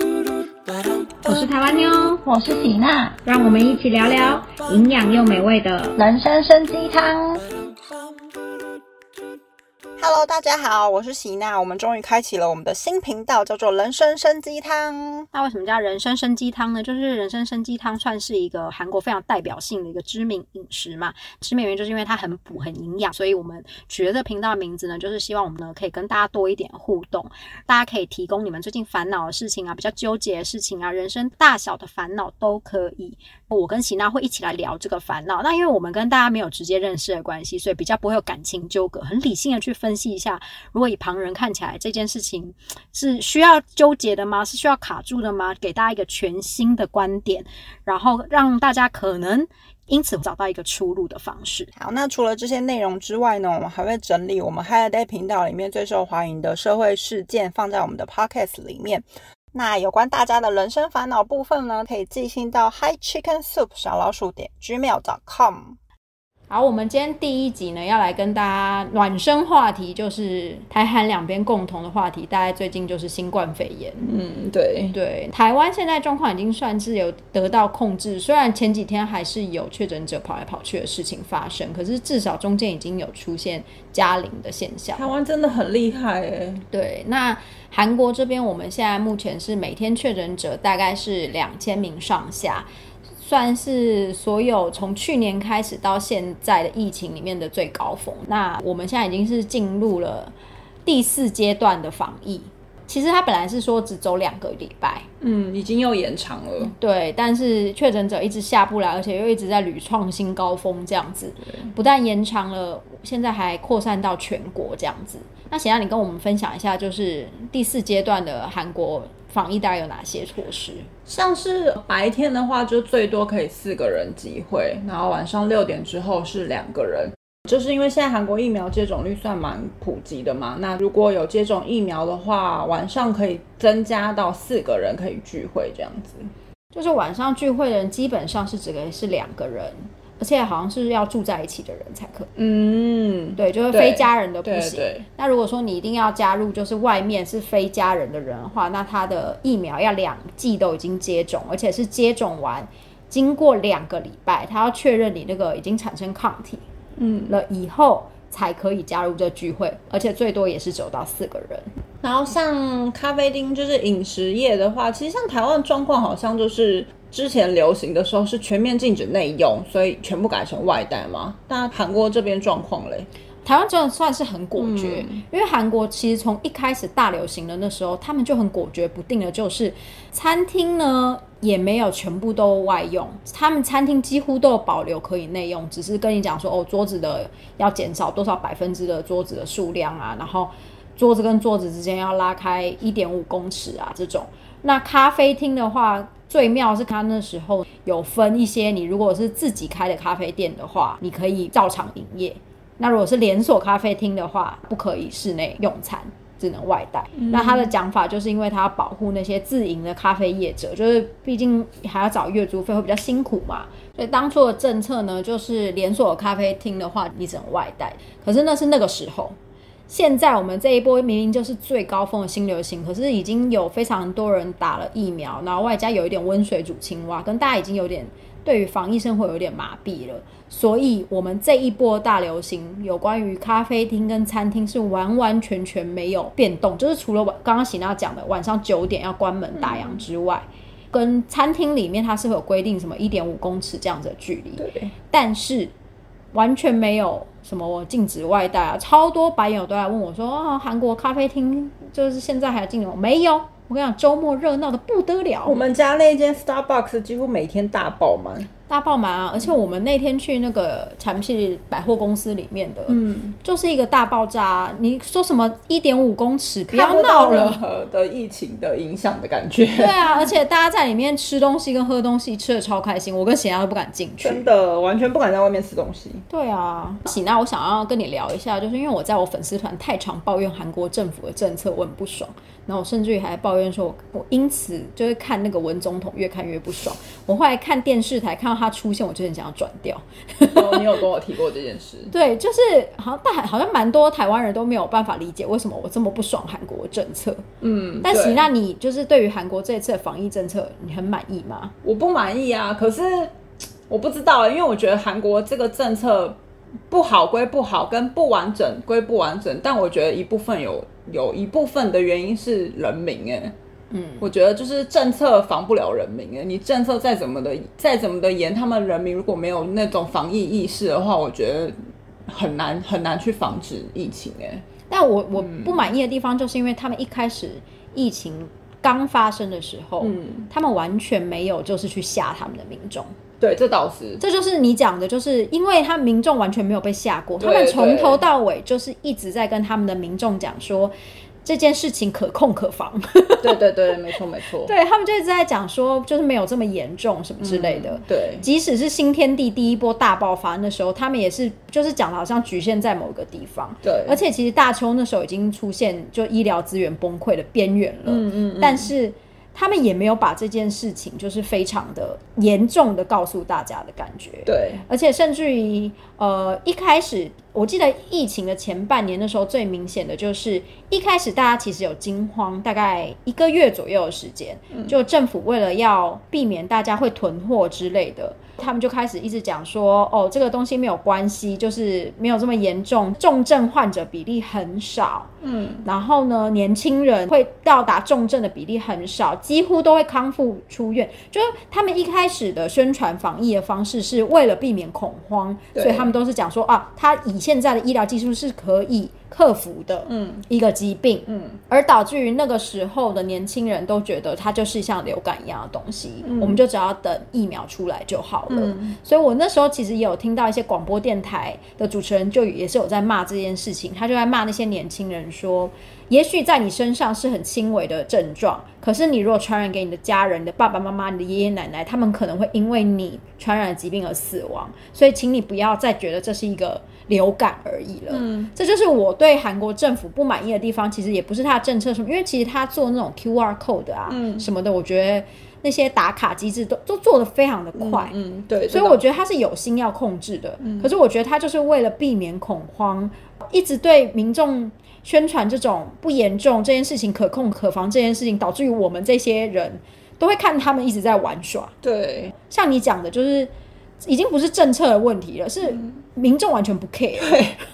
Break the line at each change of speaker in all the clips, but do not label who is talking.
我是台湾妞，
我是喜娜，
让我们一起聊聊营养又美味的。
人参参鸡汤。Hello，大家好，我是喜娜，我们终于开启了我们的新频道，叫做“人参参鸡汤
那为什么叫人参参鸡汤呢？就是人参参鸡汤算是一个韩国非常代表性的一个知名饮食嘛。知名原因就是因为它很补很营养，所以我们取了这频道名字呢，就是希望我们呢可以跟大家多一点互动，大家可以提供你们最近烦恼的事情啊，比较纠结的事情啊，人生大小的烦恼都可以。我跟喜娜会一起来聊这个烦恼。那因为我们跟大家没有直接认识的关系，所以比较不会有感情纠葛，很理性的去分析一下，如果以旁人看起来这件事情是需要纠结的吗？是需要卡住的吗？给大家一个全新的观点，然后让大家可能因此找到一个出路的方式”。。
好，那除了这些内容之外呢，我们还会整理我们 Hi Day 频道里面最受欢迎的社会事件，放在我们的 Podcast 里面。那有关大家的人生烦恼部分呢，可以寄信到 Hi Chicken Soup 小老鼠点 gmail.com。
好，我们今天第一集呢，要来跟大家暖身话题，就是台韩两边共同的话题，大概最近就是新冠肺炎。
嗯，对，
对，台湾现在状况已经算是有得到控制，虽然前几天还是有确诊者跑来跑去的事情发生，可是至少中间已经有出现加零的现象。
台湾真的很厉害哎、
对，那韩国这边我们现在目前是每天确诊者大概是两千名上下，算是所有从去年开始到现在的疫情里面的最高峰。那我们现在已经是进入了第四阶段的防疫。其实它本来是说只走两个礼拜，
嗯，已经又延长了。
对，但是确诊者一直下不来，而且又一直在屡创新高峰，这样子，不但延长了，现在还扩散到全国这样子。那显然，你跟我们分享一下，就是第四阶段的韩国防疫大概有哪些措施？
像是白天的话，就最多可以四个人集会，然后晚上六点之后是两个人。就是因为现在韩国疫苗接种率算蛮普及的嘛，那如果有接种疫苗的话，晚上可以增加到四个人可以聚会这样子。
就是晚上聚会的人基本上是只可以是两个人，而且好像是要住在一起的人才可以。
嗯，
对，就是
对
非家人的不
对
行。
对，
那如果说你一定要加入，就是外面是非家人的人的话，那他的疫苗要两剂都已经接种，而且是接种完经过两个礼拜，他要确认你那个已经产生抗体
嗯，
了以后，才可以加入这聚会，而且最多也是只有到四个人。
然后像咖啡厅，就是饮食业的话，其实像台湾状况好像就是之前流行的时候是全面禁止内用，所以全部改成外带嘛。那韩国这边状况嘞，
台湾真的算是很果决，因为韩国其实从一开始大流行的那时候，他们就很果决不定的，就是餐厅呢也没有全部都外用，他们餐厅几乎都有保留可以内用，只是跟你讲说哦，桌子的要减少多少百分之的桌子的数量啊，然后桌子跟桌子之间要拉开一点五公尺啊这种。那咖啡厅的话，最妙是它那时候有分一些，你如果是自己开的咖啡店的话，你可以照常营业。那如果是连锁咖啡厅的话，不可以室内用餐，只能外带。那他的讲法就是因为他要保护那些自营的咖啡业者，就是毕竟还要找月租费会比较辛苦嘛。所以当初的政策呢，就是连锁咖啡厅的话，你只能外带。可是那是那个时候。现在我们这一波明明就是最高峰的新流行，可是已经有非常多人打了疫苗，然后外加有一点温水煮青蛙，跟大家已经有点对于防疫生活有点麻痹了。所以，我们这一波大流行，有关于咖啡厅跟餐厅是完完全全没有变动，就是除了晚刚刚喜娜讲的晚上九点要关门打烊之外，跟餐厅里面它是会有规定什么一点五公尺这样子的距离，
对，
但是完全没有什么我禁止外带啊，超多白友都来问我说，哦，韩国咖啡厅就是现在还有禁止，没有。我跟你讲，周末热闹的不得了，
我们家那间 Starbucks 几乎每天大爆满。
大爆满啊！而且我们那天去那个产品百货公司里面的，
嗯，
就是一个大爆炸、啊。你说什么一点五公尺，不
呃不
要闹
任
了。
何的疫情的影响的 感觉，
对啊，而且大家在里面吃东西跟喝东西吃的超开心，我跟贤雅都不敢进去
真。的完全不敢在外面吃东西。
对啊，喜娜，我想要跟你聊一下，就是因为我在我粉丝团太常抱怨韩国政府的政策，我很不爽。然后我甚至于还抱怨说我，我因此就是看那个文总统越看越不爽。我后来看电视台看到它出现，我就很想要转掉。
哦你有跟我提过这件事，
对，就是好像但好像蛮多台湾人都没有办法理解为什么我这么不爽韩国政策。
嗯，
但
对
喜娜，你就是对于韩国这一次的防疫政策，你很满意吗？
我不满意啊，可是我不知道欸，因为我觉得韩国这个政策不好归不好，跟不完整归不完整，但我觉得一部分有有一部分的原因是人民哎。
嗯
我觉得就是政策防不了人民哎，你政策再怎么的再怎么的严，他们人民如果没有那种防疫意识的话，我觉得很难很难去防止疫情哎。
但我我不满意的地方，就是因为他们一开始疫情刚发生的时候，
嗯
他们完全没有就是去吓他们的民众，
对，这倒是
这就是你讲的，就是因为他民众完全没有被吓过，他
对
们从头到尾就是一直在跟他们的民众讲说。这件事情可控可防，
对对对，没错没错，
对他们就一直在讲说，就是没有这么严重什么之类的。
对
即使是新天地第一波大爆发那时候，他们也是就是讲的好像局限在某个地方，
对，
而且其实大邱那时候已经出现就医疗资源崩溃的边缘了，
嗯嗯嗯
但是他们也没有把这件事情就是非常的严重的告诉大家的感觉。
对
而且甚至于，呃，一开始我记得疫情的前半年的时候，最明显的就是一开始大家其实有惊慌，大概一个月左右的时间，
嗯
就政府为了要避免大家会囤货之类的，他们就开始一直讲说，哦，这个东西没有关系，就是没有这么严重，重症患者比例很少，
嗯
然后呢，年轻人会到达重症的比例很少，几乎都会康复出院。就是他们一开始的宣传防疫的方式是为了避免恐慌，
对
所以他们都是讲说啊，他以现在的医疗技术是可以克服的
嗯
一个疾病，
嗯。
而导致于那个时候的年轻人都觉得它就是像流感一样的东西，我们就只要等疫苗出来就好了。
嗯
所以我那时候其实也有听到一些广播电台的主持人就也是有在骂这件事情，他就在骂那些年轻人说，也许在你身上是很轻微的症状，可是你如果传染给你的家人、你的爸爸妈妈、你的爷爷奶奶，他们可能会因为你传染的疾病而死亡，所以请你不要再觉得这是一个流感而已了。
嗯
这就是我对韩国政府不满意的地方，其实也不是它的政策什么，因为其实它做那种 QR code 啊、
嗯
什么的，我觉得那些打卡机制都都做得非常的快，
嗯，对，
所以
这
我
倒
觉得它是有心要控制的。
嗯
可是我觉得它就是为了避免恐慌，一直对民众宣传这种不严重这件事情可控可防这件事情，导致于我们这些人都会看他们一直在玩耍。
对
像你讲的，就是已经不是政策的问题了，是
嗯
民众完全不 care。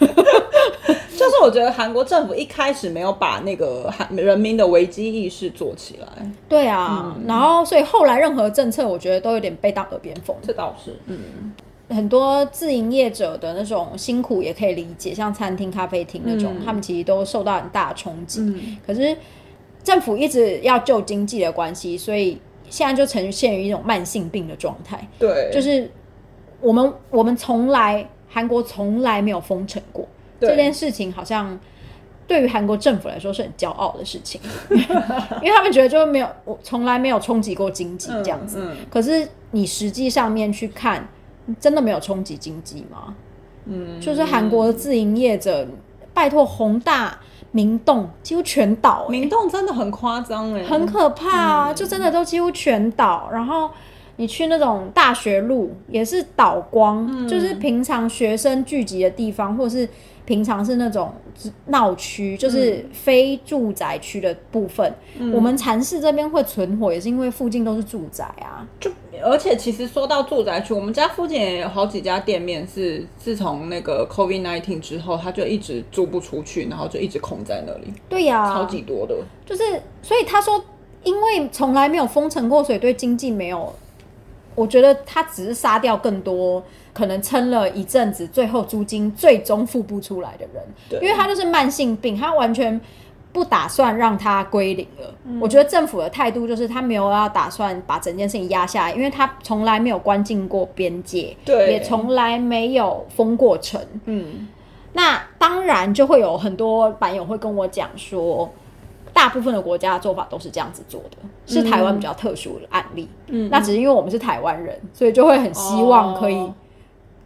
就是我觉得韩国政府一开始没有把那个韩人民的危机意识做起来，
对啊，
嗯
然后所以后来任何政策，我觉得都有点被当耳边风。
这倒是，嗯，
很多自营业者的那种辛苦也可以理解，像餐厅、咖啡厅那种，
嗯
他们其实都受到很大的冲击。
嗯
可是政府一直要救经济的关系，所以现在就呈现于一种慢性病的状态，
对，
就是我们我们从来韩国从来没有封城过
对
这件事情，好像。对于韩国政府来说是很骄傲的事 情，因为他们觉得就没有我从来没有冲击过经济这样子。
嗯
可是你实际上面去看，真的没有冲击经济吗？
嗯，
就是韩国的自营业者，拜托宏大、明洞几乎全倒、欸，
明洞真的很夸张哎，
很可怕啊！就真的都几乎全倒，然后。你去那种大学路也是倒光，
嗯
就是平常学生聚集的地方，或是平常是那种闹区，
嗯
就是非住宅区的部分。我们禅寺这边会存活，也是因为附近都是住宅啊。
就而且其实说到住宅区，我们家附近也有好几家店面是自从那个 COVID nineteen 之后，他就一直租不出去，然后就一直空在那里，
对呀、
超级多的，
就是，所以他说，因为从来没有封城过，所以对经济没有。我觉得他只是杀掉更多可能撑了一阵子，最后租金最终付不出来的
对
人，因为他就是慢性病，他完全不打算让他归零了。我觉得政府的态度就是他没有要打算把整件事情压下来，因为他从来没有关进过边界，
对
也从来没有封过城，
嗯，
那当然就会有很多版友会跟我讲说，大部分的国家的做法都是这样子做的，是台湾比较特殊的案例。
嗯
那只是因为我们是台湾人，所以就会很希望可以
哦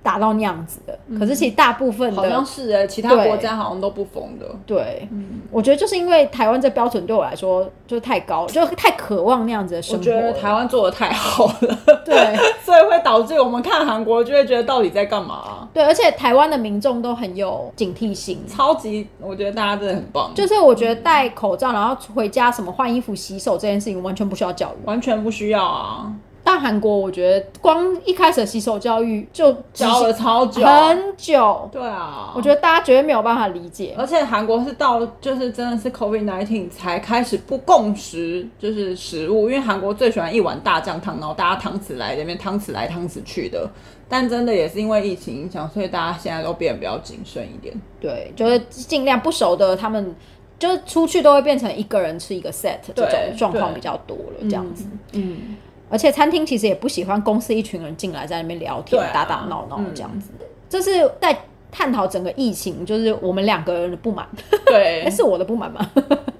达到那样子的。可是其实大部分的，
嗯好像是嗯哎、其他
对
国家好像都不封的。
对，我觉得就是因为台湾这标准对我来说就太高，就太渴望那样子的生
我
活
觉
了。
得台湾做的太好了，
对
所以会导致我们看韩国就会觉得到底在干嘛啊、
对，而且台湾的民众都很有警惕性。
超级，我觉得大家真的很棒，
就是我觉得戴口罩，然后回家什么换衣服、洗手这件事情完全不需要教育。
完全不需要啊，
但韩国我觉得光一开始的洗手教育就
教了超久，
很久，
对呃啊，
我觉得大家绝对没有办法理解。
而且韩国是到就是真的是 COVID nineteen 才开始不共食，就是食物，因为韩国最喜欢一碗大酱汤，然后大家汤匙来那边汤匙来汤匙去的。但真的也是因为疫情影响，所以大家现在都变得比较谨慎一点。
对，就是尽量不熟的，他们就是出去都会变成一个人吃一个 set 这种状况
对
比较多了，这样子。
嗯，
而且餐厅其实也不喜欢公司一群人进来在那边聊天、
对啊
打打闹闹这样子。这是在探讨整个疫情，就是我们两个人的不满，
对
哎，，是我的不满吗？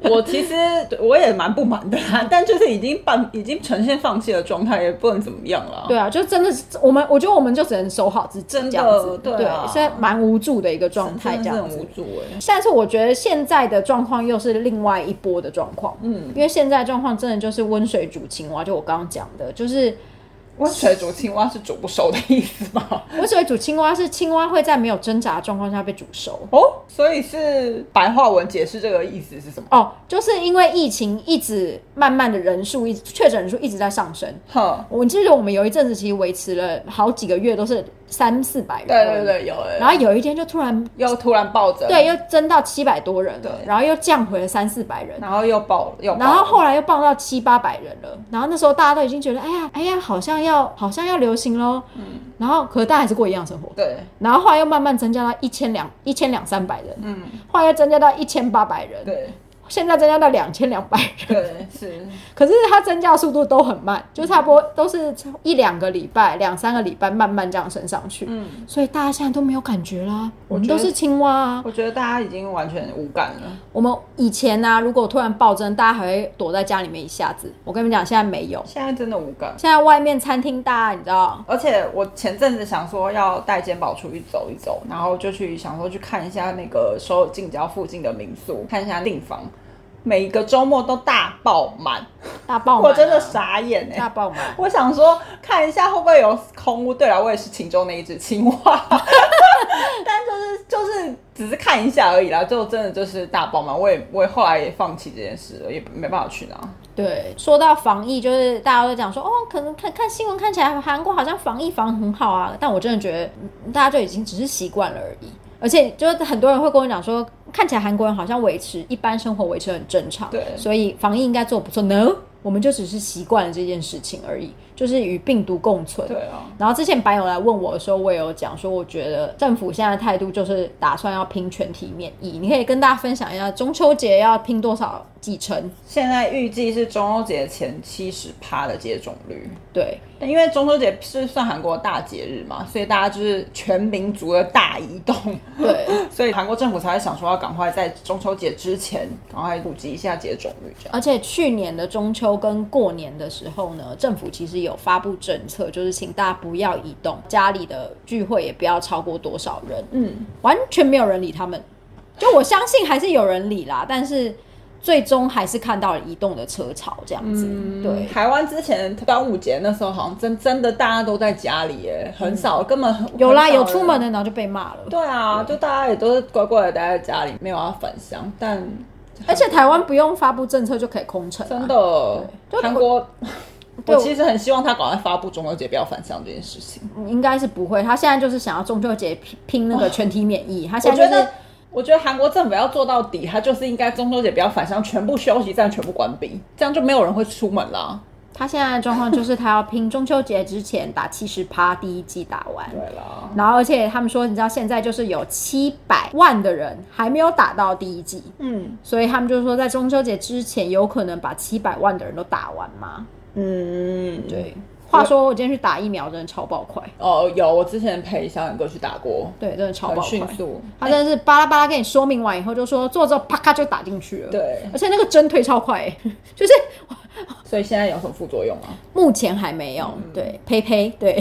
我其实我也蛮不满的啦， 但就是已经半已经呈现放弃的状态，也不能怎么样了。
对啊，就真的是我们，我觉得我们就只能守好自己
哦真的
这样子，
对啊
所以蛮无助的一个状
真
态
的
这样
是很
子
无。助哎、
但是我觉得现在的状况又是另外一波的状况，嗯，因为现在的状况真的就是温水煮青蛙，就我刚刚讲的，就是
温水煮青蛙是煮不熟的意思 吗？
温水煮青蛙是青蛙会在没有挣扎的状况下被煮熟。
哦，所以是白话文解释这个意思是什么？
哦，就是因为疫情一直慢慢的人数一直确诊人数一直在上升。
哼，
我记得我们有一阵子其实维持了好几个月都是三四百人，
对对。对，有哎、
嗯然后有一天就突然
又突然暴增，
对，，又增到七百多人了，
对
然后又降回了三四百人，
然后又爆，又爆
然后后来又报到七八百人了，然后那时候大家都已经觉得，哎呀，哎呀，好像要好像要流行喽，嗯，然后可是大家还是过一样生活，
对，
然后后来又慢慢增加到一千两一千两三百人，
嗯，
后来又增加到一千八百人，
对
现在增加到两千两百人，
对是，
可是它增加的速度都很慢，就差不多都是一两个礼拜、两三个礼拜慢慢这样升上去，
嗯，
所以大家现在都没有感觉啦，我们
觉
都
得
是青蛙啊，
我觉得大家已经完全无感了，
我们以前呢、如果突然暴增，大家还会躲在家里面一下子。我跟你们讲，现在没有，
现在真的无感。
现在外面餐厅大家你知道，
而且我前阵子想说要带肩膀出去走一走，然后就去想说去看一啊下那个首尔近郊附近的民宿，看一下订房，每一个周末都大爆满，
大爆满啊、
我真的傻眼哎、
大爆满。
我想说看一下会不会有空屋。对了，我也是秦州那一只青蛙， 但就是就是只是看一下而已啦，就真的就是大爆满。我也我也后来也放弃这件事了，也没办法去哪。
对，说到防疫，就是大家都讲说，哦，可能看看新闻看起来韩国好像防疫防得很好啊，但我真的觉得嗯大家就已经只是习惯了而已。而且就是很多人会跟我讲说，看起来韩国人好像维持一般生活维持得很正常，
对
所以防疫应该做得不错。No，我们就只是习惯了这件事情而已，就是与病毒共存。
对啊，
然后之前白友来问我的时候，我也有讲说，我觉得政府现在的态度就是打算要拼全体免疫。你可以跟大家分享一下中秋节要拼多少几成？
现在预计是中秋节前七十趴的接种率。
对
因为中秋节是算韩国的大节日嘛，所以大家就是全民族的大移动，
对，
所以韩国政府才会想说要赶快在中秋节之前赶快普及一下接种率，这样。
而且去年的中秋跟过年的时候呢，政府其实有发布政策，就是请大家不要移动，家里的聚会也不要超过多少人，
嗯，
完全没有人理他们。就我相信还是有人理啦，但是最终还是看到了移动的车潮这样子。对，
台湾之前端午节那时候好像真真的大家都在家里耶，很少，根本很
有啦，
很少
有
人
出门的，然后就被骂了。
对啊，就大家也都是乖乖的待在家里，没有要返乡，但
而且台湾不用发布政策就可以空城、啊，
真的
对就
韩国。
对
我
我
其实很希望他赶快发布中秋节不要返乡这件事情。
嗯应该是不会。他现在就是想要中秋节拼拼那个全体免疫，他
哦我
现
觉
在就是
得，我觉得韩国政府要做到底，他就是应该中秋节不要返乡，全部休息站全部关闭，这样就没有人会出门啦。
他现在的状况就是他要拼中秋节之前打七十趴，第一季打完。
对啦，
然后，而且他们说，你知道现在就是有七百万的人还没有打到第一季，
嗯
所以他们就说在中秋节之前有可能把七百万的人都打完嘛。
嗯，
对，话说我今天去打疫苗，真的超爆快，
哦，有，我之前陪小远哥去打过，
对，真的超爆
很
快
迅。速。
他真的是巴拉巴拉跟你说明完以后，就说做之后啪咔就打进去了。，
对，
而且那个针推超快、欸 就是
所以现在有什么副作用吗？嗯
目前还没有。对，呸呸，对，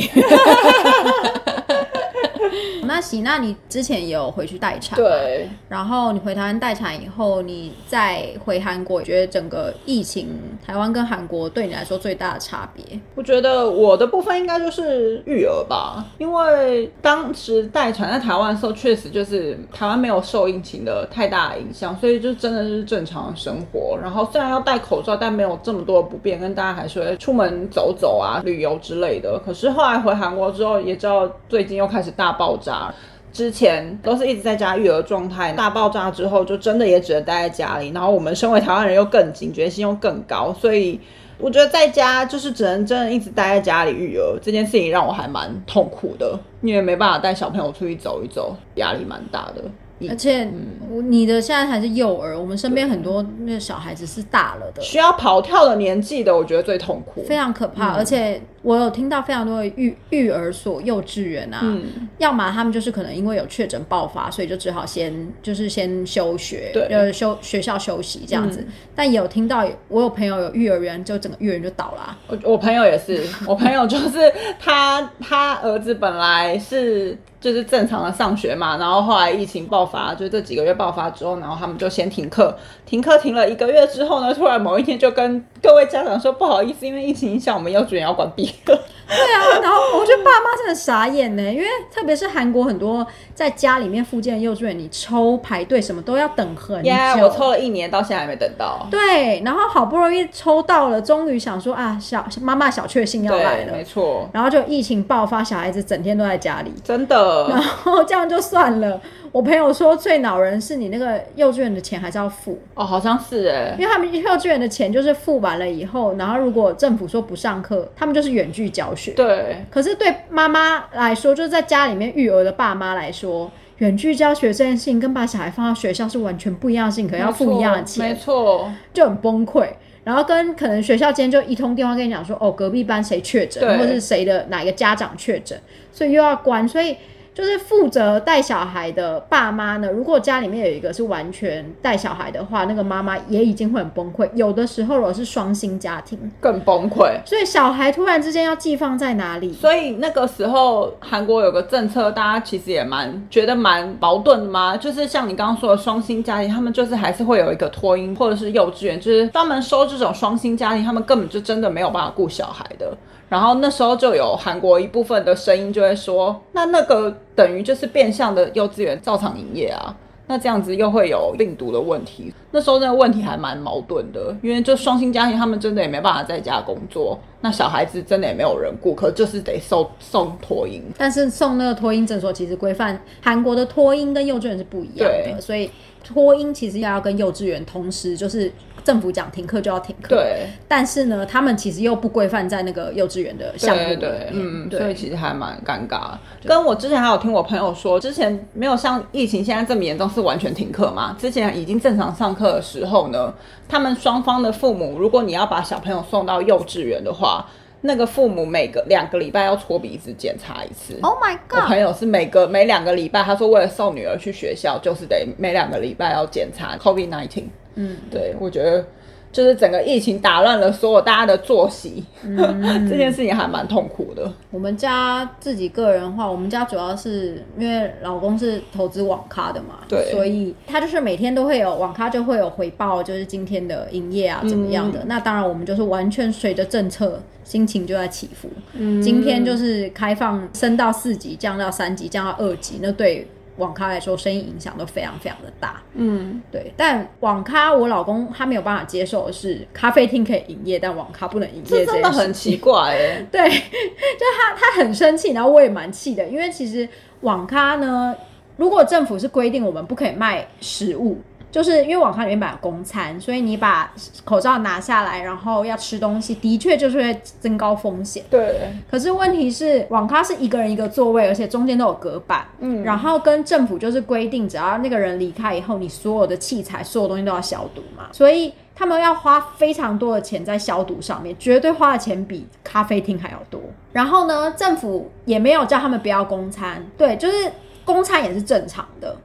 那喜，那你之前也有回去待产，。
对，
然后你回台湾待产以后，你再回韩国，觉得整个疫情，台湾跟韩国对你来说最大的差别，
我觉得我的部分应该就是育儿吧，因为当时待产在台湾的时候，确实就是台湾没有受疫情的太大影响，所以就真的是正常的生活。然后虽然要戴口罩，但没有这么多不便，跟大家还是会出门走走啊、旅游之类的。可是后来回韩国之后，也知道最近又开始大爆炸，之前都是一直在家育儿状态，大爆炸之后就真的也只能待在家里。然后我们身为台湾人又更警觉性又更高，所以我觉得在家就是只能真的一直待在家里育儿这件事情让我还蛮痛苦的，因为没办法带小朋友出去走一走，压力蛮大的。
而且我你的现在还是幼儿，我们身边很多那个小孩子是大了的，
需要跑跳的年纪的，我觉得最痛苦。
非常可怕。而且我有听到非常多的育育儿所、幼稚园啊，
嗯，
要么他们就是可能因为有确诊爆发，所以就只好先就是先休学，
对
呃，休学校休息这样子。但也有听到，我有朋友有幼儿园，就整个幼儿园就倒啊啦、
我我朋友也是，我朋友就是他他儿子本来是呃就是正常的上学嘛，然后后来疫情爆发，就这几个月爆发之后，然后他们就先停课，停课停了一个月之后呢，突然某一天就跟各位家长说不好意思，因为疫情影响，我们幼稚园要关闭了。
对啊，然后我觉得爸妈真的傻眼呢，因为特别是韩国很多在家里面附近的幼稚园，你抽排队什么都要等很久。
呀、我抽了一年，到现在还没等到。
对，然后好不容易抽到了，终于想说啊，小妈妈小确幸要来
对，
了
没，错，
然后就疫情爆发，小孩子整天都在家里。
真的。
然后这样就算了。我朋友说最恼人是你那个幼稚园的钱还是要付，
哦，好像是哎、
因为他们幼稚园的钱就是付完了以后，然后如果政府说不上课，他们就是远距教学。
对，
可是对妈妈来说，就是在家里面育儿的爸妈来说，远距教学这件事情跟把小孩放到学校是完全不一样的事情，可能要付一样的
没
钱，
错，
就很崩溃。然后跟可能学校间就一通电话跟你讲说，哦，隔壁班谁确诊，
对
或是谁的哪个家长确诊，所以又要关。所以就是负责带小孩的爸妈呢，如果家里面有一个是完全带小孩的话，那个妈妈也已经会很崩溃。有的时候如果是双薪家庭，
更崩溃。
所以小孩突然之间要寄放在哪里？
所以那个时候，韩国有个政策，大家其实也蛮觉得蛮矛盾的嘛。就是像你刚刚说的双薪家庭，他们就是还是会有一个托婴或者是幼稚园，就是专门收这种双薪家庭，他们根本就真的没有办法顾小孩的。然后那时候就有韩国一部分的声音就会说，那那个等于就是变相的幼稚园照常营业啊。那这样子又会有病毒的问题。那时候那个问题还蛮矛盾的，因为就双薪家庭，他们真的也没办法在家工作，那小孩子真的也没有人顾，可就是得送送托婴。
但是送那个托婴诊所其实规范韩国的托婴跟幼稚园是不一样的，
对
所以托婴其实要跟幼稚园同时，就是政府讲停课就要停课，。
对
但是呢，他们其实又不规范在那个幼稚园的项目里
对
面，
对，嗯，所以
对。
其实还蛮尴尬。跟我之前还有听我朋友说，之前没有像疫情现在这么严重，是完全停课嘛？之前已经正常上课的时候呢，他们双方的父母，如果你要把小朋友送到幼稚园的话，那个父母每个两个礼拜要搓鼻子检查一次。
Oh my
我
god！
朋友是每个每两个礼拜，他说为了送女儿去学校，就是得每两个礼拜要检查 COVID nineteen。
嗯，
对，我觉得就是整个疫情打乱了所有大家的作息， 这件事情还蛮痛苦的。
我们家自己个人的话，我们家主要是因为老公是投资网咖的嘛，
对
所以他就是每天都会有网咖就会有回报，就是今天的营业啊怎么样
嗯
的。那当然，我们就是完全随着政策心情就在起伏。
嗯
今天就是开放升到四级，降到三级，降到二级，那对网咖来说生意影响都非常非常的大。
嗯，
对，但网咖我老公他没有办法接受的是，咖啡厅可以营业，但网咖不能营业
这
件
真的
事
很奇怪哎、
对， 就他他很生气，然后我也蛮气的，因为其实网咖呢，如果政府是规定我们不可以卖食物，就是因为网咖里面买有公餐，所以你把口罩拿下来，然后要吃东西，的确就是会增高风险。
对，
可是问题是，网咖是一个人一个座位，而且中间都有隔板，
嗯
然后跟政府就是规定，只要那个人离开以后，你所有的器材、所有东西都要消毒嘛，所以他们要花非常多的钱在消毒上面，绝对花的钱比咖啡厅还要多。然后呢，政府也没有叫他们不要公餐，对，就是公餐也是正常的。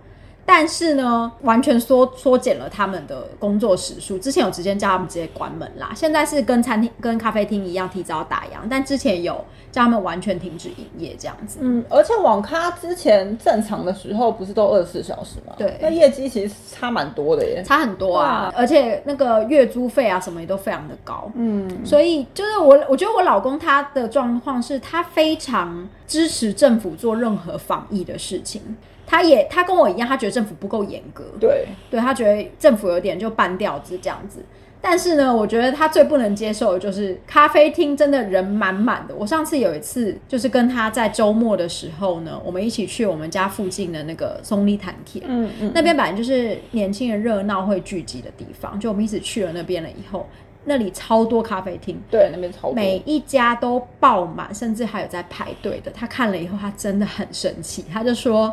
但是呢，完全缩缩减了他们的工作时数。之前有直接叫他们直接关门啦，现在是跟餐厅、跟咖啡厅一样提早打烊，但之前有叫他们完全停止营业这样子。
嗯，而且网咖之前正常的时候不是都二十四小时吗？
对
那业绩其实差蛮多的耶。
差很多啊
哇，
而且那个月租费啊什么也都非常的高，
嗯，
所以就是我我觉得我老公他的状况是他非常支持政府做任何防疫的事情，他也他跟我一样，他觉得政府不够严格，
对，
对他觉得政府有点就半吊子这样子。但是呢，我觉得他最不能接受的就是咖啡厅真的人满满的。我上次有一次就是跟他在周末的时候呢，我们一起去我们家附近的那个松力坦田，
嗯嗯，
那边本来就是年轻人热闹会聚集的地方，就我们一起去了那边了以后，那里超多咖啡厅，
对，那边超多。
每一家都爆满，甚至还有在排队的。他看了以后，他真的很生气，他就说。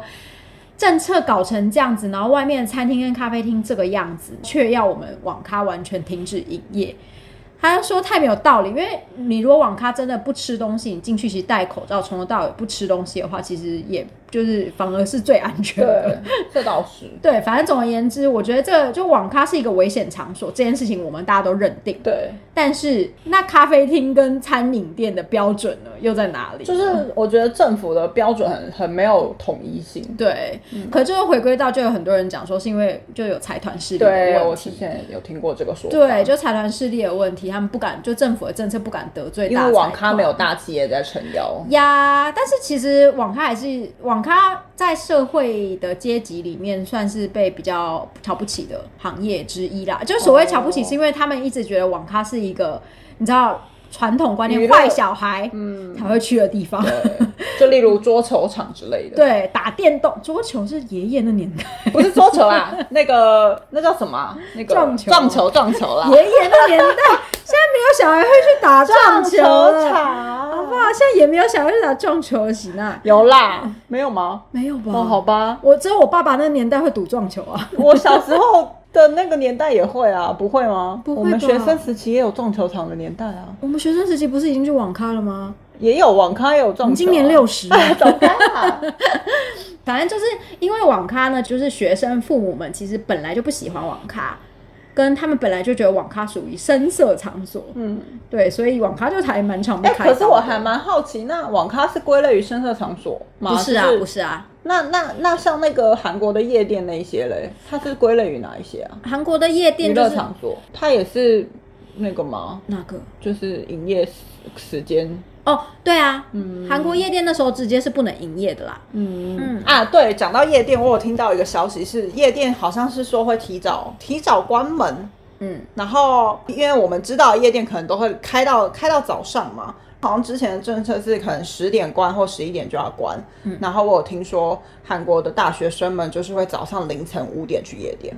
政策搞成这样子，然后外面的餐厅跟咖啡厅这个样子，却要我们网咖完全停止营业，他就说太没有道理。因为你如果网咖真的不吃东西，你进去其实戴口罩，从头到尾不吃东西的话，其实也就是反而是最安全的。
对，这倒是。
对，反正总而言之，我觉得这个就网咖是一个危险场所，这件事情我们大家都认定。
对，
但是那咖啡厅跟餐饮店的标准呢，又在哪里呢？
就是我觉得政府的标准很很没有统一性。
对，
嗯
可就是回归到，就有很多人讲说是因为就有财团势力的
对，
问
我之
题。
前有听过这个说法。
对，就财团势力的问题，他们不敢，就政府的政策不敢得罪
因
大，
为网咖没有大企业在撑腰。
呀。但是其实网咖还是网咖在社会的阶级里面算是被比较瞧不起的行业之一啦。就是所谓瞧不起，
哦
是因为他们一直觉得网咖是一个你知道传统观
娱
念
乐
坏小孩
嗯，
才会去的地方。
就例如桌球场之类的。，
对，打电动、桌球是爷爷那年代，
不是桌球 啊，那个那叫什么啊？那个
撞球
撞球，撞球啦
爷。爷那年 代，现在没有小孩会去打撞球了，好不
场
好？现在也没有小孩去打撞球了，喜娜
有啦，没有吗？
没有吧？
哦，好吧，
我只有我爸爸那个年代会赌撞球 啊。
我小时候的那个年代也会啊，不会吗？
不会吧
我们学生时期也有撞球场的年代啊，
我们学生时期不是已经去网咖了吗？
也有网咖，也有
我
撞球啊、
们今年 六十，
走开啦！
反正就是因为网咖呢，就是学生父母们其实本来就不喜欢网咖，跟他们本来就觉得网咖属于深色场所，
嗯，
对，所以网咖就还蛮常被
哎、
开、
可是我还……蛮好奇，那网咖是归类于深色场所吗？
不是啊
就，
不是啊，
那那那像那个韩国的夜店那一些嘞，它是归类于哪一些啊？
韩国的夜
娱
店就
乐
是
场所，它也是那个吗？
那个
就是营业时时间，
哦，对啊，
嗯
韩国夜店那时候直接是不能营业的啦。
嗯
嗯
啊，对，讲到夜店，我有听到一个消息是，夜店好像是说会提早提早关门，
嗯，
然后因为我们知道夜店可能都会开到开到早上嘛，好像之前的政策是可能十点关或十一点就要关，
嗯
然后我有听说韩国的大学生们就是会早上凌晨五点去夜店，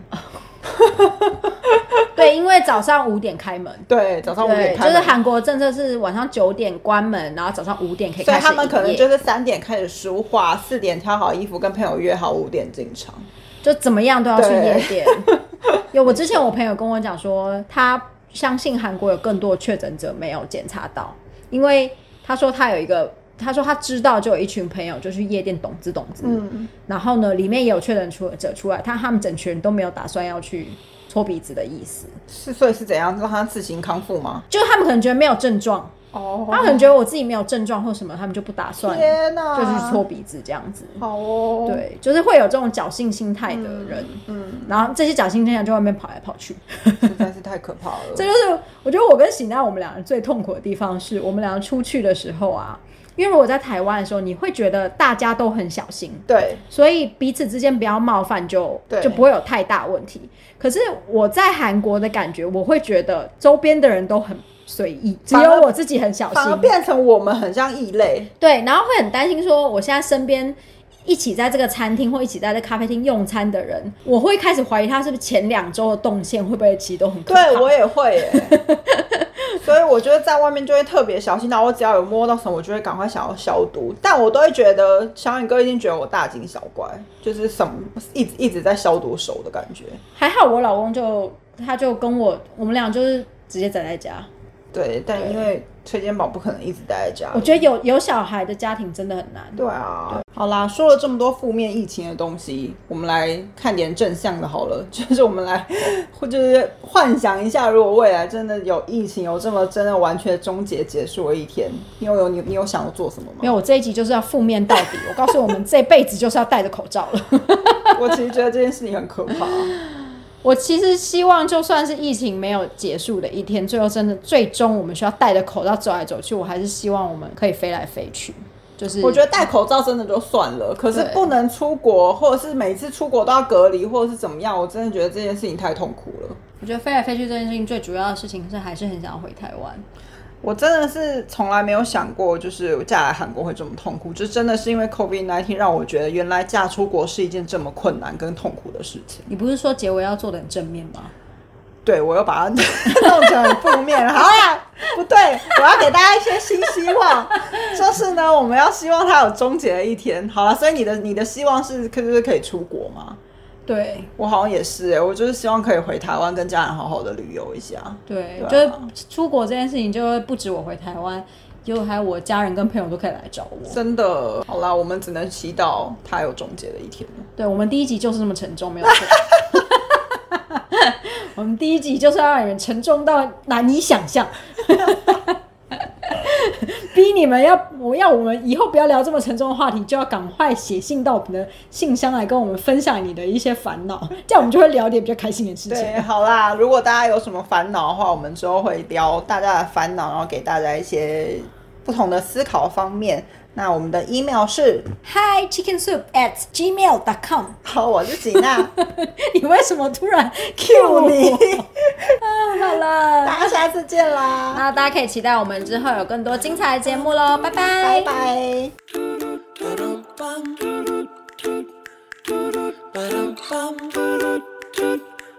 对，因为早上五点开门。
对，早上五点
对，
开
就
门，
是韩国政策是晚上九点关门，然后早上五点可以
所以
开始
他们可能
营业
就是三点开始梳化，四点挑好衣服，跟朋友约好五点进场。
就怎么样都要去
对
夜店。有，我之前我朋友跟我讲说，他相信韩国有更多确诊者没有检查到，因为他说他有一个，他说他知道就有一群朋友就去夜店懂资懂资，
嗯，
然后呢，里面也有确诊出者出来，他他们整群人都没有打算要去搓鼻子的意思，
是所以是怎样让他自行康复吗？
就是他们可能觉得没有症状，
哦
他们可能觉得我自己没有症状或什么，他们就不打算就
天哪，
去搓鼻子这样子。
好哦，，
对，就是会有这种侥幸心态的人，
嗯，
然后这些侥幸心态就外面跑来跑去。
实在是太可怕了。
这就是我觉得我跟喜娜我们两人最痛苦的地方是，我们两个出去的时候啊，因为如果在台湾的时候，你会觉得大家都很小心，
对
所以彼此之间不要冒犯就，
对
就不会有太大问题。可是我在韩国的感觉，我会觉得周边的人都很随意，只
反而
有我自己很小
反而
心。
变成我们很像异类。
对，然后会很担心说，我现在身边。一起在这个餐厅或一起在这咖啡厅用餐的人，我会开始怀疑他是不是前两周的动线会不会其实都很可怕。
对我也会 耶， 所以我觉得在外面就会特别小心。然后我只要有摸到什么，我就会赶快想要消毒。但我都会觉得小颖哥一定觉得我大惊小怪，就是什么一直一直在消毒手的感觉。
还好我老公就他就跟我，我们俩就是直接宅在家，
对，但因为推荐宝不可能一直待在家里，
我觉得有有小孩的家庭真的很难。
对啊，好啦，说了这么多负面疫情的东西，我们来看点正向的好了， 就是我们来，或就是幻想一下，如果未来真的有疫情，有这么真的完全终结结束的一天，你有有你你有想要做什么吗？
没有，我这一集就是要负面到底。我告诉我们，这辈子就是要戴着口罩了。
我其实觉得这件事情很可怕。
我其实希望，就算是疫情没有结束的一天，最后真的最终我们需要戴着口罩走来走去，我还是希望我们可以飞来飞去。就是
我觉得戴口罩真的就算了，可是
对
不能出国，或者是每次出国都要隔离，或者是怎么样，我真的觉得这件事情太痛苦了。
我觉得飞来飞去这件事情最主要的事情是，还是很想要回台湾。
我真的是从来没有想过，就是我嫁来韩国会这么痛苦，就真的是因为 COVID 1 9让我觉得原来嫁出国是一件这么困难跟痛苦的事情。
你不是说结尾要做的很正面吗？
对我又把它弄成很负面了，好啦，不对，我要给大家一些新希望，就是呢，我们要希望它有终结的一天。好了，所以你的你的希望是可就是可以出国吗？
对
我好像也是哎、我就是希望可以回台湾跟家人好好的旅游一下。
对，
对啊
就是出国这件事情，就会不止我回台湾，就还有我家人跟朋友都可以来找我。
真的，好啦，我们只能祈祷它有终结的一天。
对，我们第一集就是这么沉重，没有错。 我们第一集就是要让人沉重到难以想象， 逼你们要我要我们以后不要聊这么沉重的话题，就要赶快写信到我们的信箱来跟我们分享你的一些烦 恼，这样我们就会聊点比较开心的事情。
对，好啦，如果大家有什么烦恼的话，我们之后会聊大家的烦恼，然后给大家一些不同的思考方面。那我们的 email 是，
Hi chicken soup at gmail dot com。
好，我是吉娜
你为什么突然
，Q
Q
你
你？，好了，
大家下次见啦，
那大家可以期待我们之后有更多精彩的节目喽，拜拜
拜拜。
Ba-dum-bum. Ba-dum-bum.